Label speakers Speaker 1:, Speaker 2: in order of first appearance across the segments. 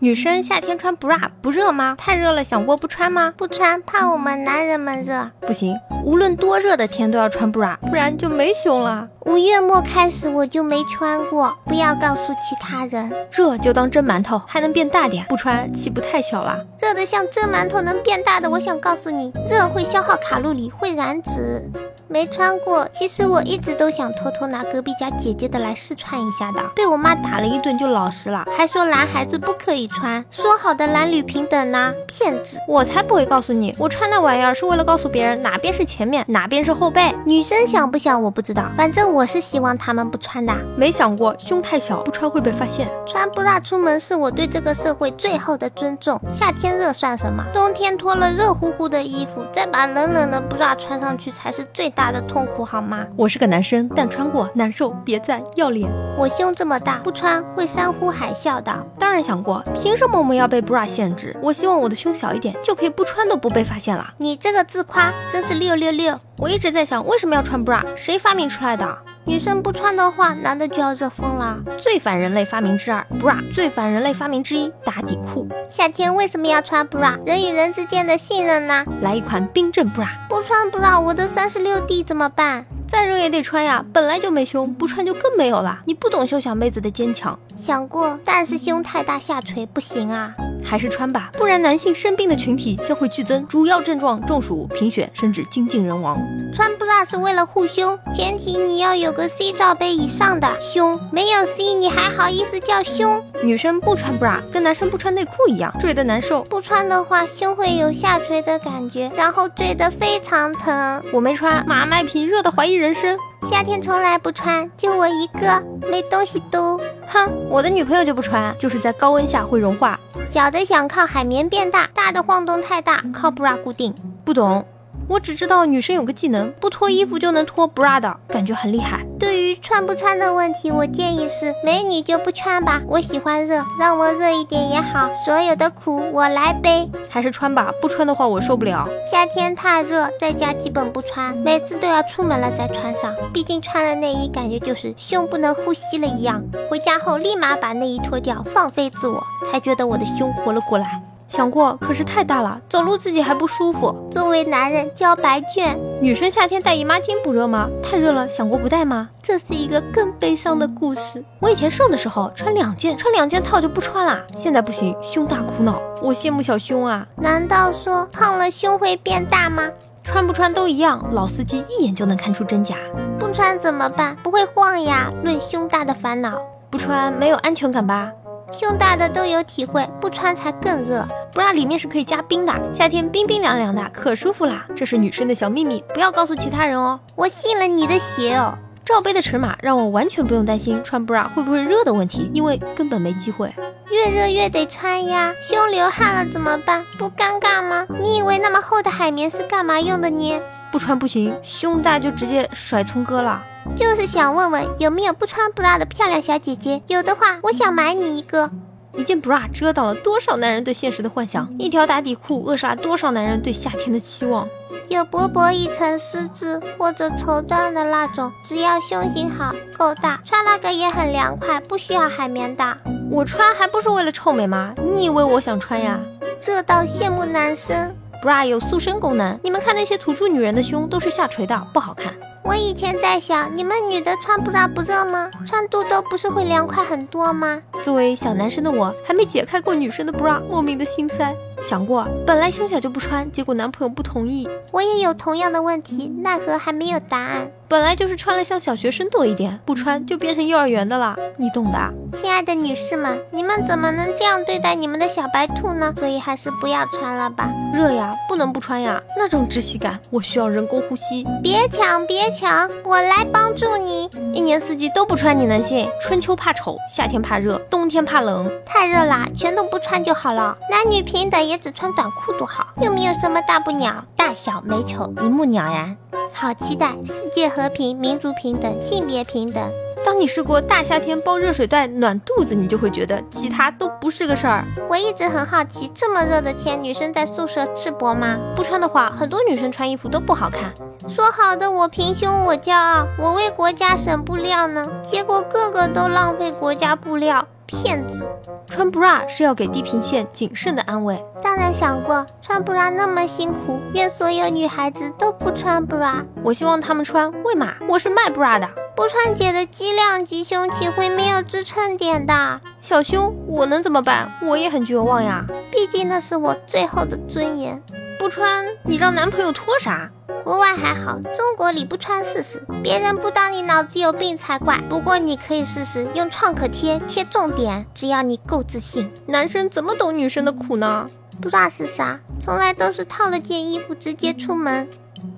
Speaker 1: 女生夏天穿 bra 不热吗？太热了，想过不穿吗？
Speaker 2: 不穿，怕我们男人们热。
Speaker 1: 不行，无论多热的天都要穿 bra，不然就没胸了。
Speaker 2: 五月末开始我就没穿过，不要告诉其他人。
Speaker 1: 热就当蒸馒头，还能变大点，不穿气不太小了。
Speaker 2: 热的像蒸馒头能变大的，我想告诉你，热会消耗卡路里，会燃脂。没穿过，其实我一直都想偷偷拿隔壁家姐姐的来试穿一下的，
Speaker 1: 被我妈打了一顿就老实了。
Speaker 2: 还说男孩子不可以穿，说好的男女平等呢、骗子！
Speaker 1: 我才不会告诉你，我穿那玩意儿是为了告诉别人哪边是前面，哪边是后背。
Speaker 2: 女生想不想我不知道，反正我是希望他们不穿的。
Speaker 1: 没想过胸太小，不穿会被发现。
Speaker 2: 穿不辣出门是我对这个社会最后的尊重。夏天热算什么？冬天脱了热乎乎的衣服，再把冷冷的不辣穿上去才是最。大的痛苦好吗？
Speaker 1: 我是个男生，但穿过难受，别赞，要脸。
Speaker 2: 我胸这么大，不穿会山呼海啸的。
Speaker 1: 当然想过，凭什么我们要被 bra 限制？我希望我的胸小一点，就可以不穿都不被发现了。
Speaker 2: 你这个自夸真是六六六！
Speaker 1: 我一直在想，为什么要穿 bra？谁发明出来的？
Speaker 2: 女生不穿的话，男的就要热疯了。
Speaker 1: 最反人类发明之二，bra；最反人类发明之一，打底裤。
Speaker 2: 夏天为什么要穿 bra？人与人之间的信任呢？
Speaker 1: 来一款冰镇 bra。
Speaker 2: 不穿 bra，我的三十六 D 怎么办？
Speaker 1: 再热也得穿呀，本来就没胸，不穿就更没有啦。你不懂胸小妹子的坚强。
Speaker 2: 想过，但是胸太大下垂不行啊，
Speaker 1: 还是穿吧，不然男性生病的群体将会剧增，主要症状中暑、贫血，甚至精尽人亡。
Speaker 2: 穿 bra 是为了护胸，前提你要有个 C 罩杯以上的胸，没有 C 你还好意思叫胸？
Speaker 1: 女生不穿 bra 跟男生不穿内裤一样，坠的难受。
Speaker 2: 不穿的话，胸会有下垂的感觉，然后坠的非常疼。
Speaker 1: 我没穿，马麦皮热的怀疑。人生
Speaker 2: 夏天从来不穿，就我一个，没东西兜。
Speaker 1: 哼，我的女朋友就不穿，就是在高温下会融化。
Speaker 2: 小的想靠海绵变大，大的晃动太大，靠 bra 固定。
Speaker 1: 不懂，我只知道女生有个技能，不脱衣服就能脱 bra 的感觉很厉害。
Speaker 2: 对于穿不穿的问题，我建议是美女就不穿吧，我喜欢热，让我热一点也好，所有的苦我来背。
Speaker 1: 还是穿吧，不穿的话我受不了。
Speaker 2: 夏天太热，在家基本不穿，每次都要出门了再穿上。毕竟穿了内衣，感觉就是胸不能呼吸了一样。回家后立马把内衣脱掉，放飞自我，才觉得我的胸活了过来。
Speaker 1: 想过，可是太大了，走路自己还不舒服。
Speaker 2: 作为男人交白卷，
Speaker 1: 女生夏天戴姨妈巾不热吗？太热了，想过不戴吗？
Speaker 2: 这是一个更悲伤的故事。
Speaker 1: 我以前瘦的时候穿两件，穿两件套就不穿啦。现在不行，胸大苦恼。我羡慕小胸啊。
Speaker 2: 难道说胖了胸会变大吗？
Speaker 1: 穿不穿都一样，老司机一眼就能看出真假。
Speaker 2: 不穿怎么办？不会晃呀。论胸大的烦恼，
Speaker 1: 不穿没有安全感吧？
Speaker 2: 胸大的都有体会，不穿才更热。
Speaker 1: bra 里面是可以加冰的，夏天冰冰凉凉的，可舒服啦。这是女生的小秘密，不要告诉其他人哦。
Speaker 2: 我信了你的邪哦。
Speaker 1: 罩杯的尺码让我完全不用担心穿 bra 会不会热的问题，因为根本没机会。
Speaker 2: 越热越得穿呀，胸流汗了怎么办？不尴尬吗？你以为那么厚的海绵是干嘛用的呢？
Speaker 1: 不穿不行，胸大就直接甩葱哥了。
Speaker 2: 就是想问问有没有不穿 bra 的漂亮小姐姐，有的话我想买你一个。
Speaker 1: 一件 bra 遮挡了多少男人对现实的幻想，一条打底裤扼杀多少男人对夏天的期望。
Speaker 2: 有薄薄一层丝质或者绸缎的那种，只要胸型好、够大，穿那个也很凉快，不需要海绵的。
Speaker 1: 我穿还不是为了臭美吗？你以为我想穿呀？
Speaker 2: 这倒羡慕男生。
Speaker 1: bra 有塑身功能，你们看那些土著女人的胸都是下垂的，不好看。
Speaker 2: 我以前在想，你们女的穿 bra 不热吗？穿肚兜不是会凉快很多吗？
Speaker 1: 作为小男生的我，还没解开过女生的 bra，莫名的心塞。想过，本来胸小就不穿，结果男朋友不同意。
Speaker 2: 我也有同样的问题，奈何还没有答案。
Speaker 1: 本来就是穿了像小学生多一点，不穿就变成幼儿园的啦，你懂的。
Speaker 2: 亲爱的女士们，你们怎么能这样对待你们的小白兔呢？所以还是不要穿了吧。
Speaker 1: 热呀，不能不穿呀，那种窒息感，我需要人工呼吸。
Speaker 2: 别抢，别抢，我来帮助你。哎
Speaker 1: 一年四季都不穿，你能信？春秋怕丑，夏天怕热，冬天怕冷。
Speaker 2: 太热啦，全都不穿就好了。男女平等，也只穿短裤多好，又没有什么大不了，大小美丑一目了然。好期待世界和平、民族平等、性别平等。
Speaker 1: 当你试过大夏天包热水袋暖肚子，你就会觉得其他都不是个事儿。
Speaker 2: 我一直很好奇，这么热的天，女生在宿舍赤膊吗？
Speaker 1: 不穿的话，很多女生穿衣服都不好看。
Speaker 2: 说好的我平胸我骄傲，我为国家省布料呢，结果个个都浪费国家布料，骗子。
Speaker 1: 穿 bra 是要给地平线谨慎的安慰。
Speaker 2: 当然想过，穿 bra 那么辛苦，愿所有女孩子都不穿 bra。
Speaker 1: 我希望他们穿为嘛？我是卖 bra 的。
Speaker 2: 不穿姐的肌量及胸岂会没有支撑点的？
Speaker 1: 小胸，我能怎么办？我也很绝望呀。
Speaker 2: 毕竟那是我最后的尊严。
Speaker 1: 不穿，你让男朋友脱啥？
Speaker 2: 国外还好，中国里不穿试试，别人不当你脑子有病才怪。不过你可以试试用创可贴贴重点，只要你够自信。
Speaker 1: 男生怎么懂女生的苦呢？
Speaker 2: 不知道是啥，从来都是套了件衣服直接出门。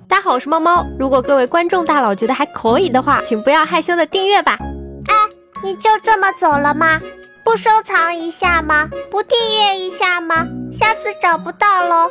Speaker 3: 大家好，我是猫猫。如果各位观众大佬觉得还可以的话，请不要害羞的订阅吧。
Speaker 2: 你就这么走了吗？不收藏一下吗？不订阅一下吗？下次找不到喽。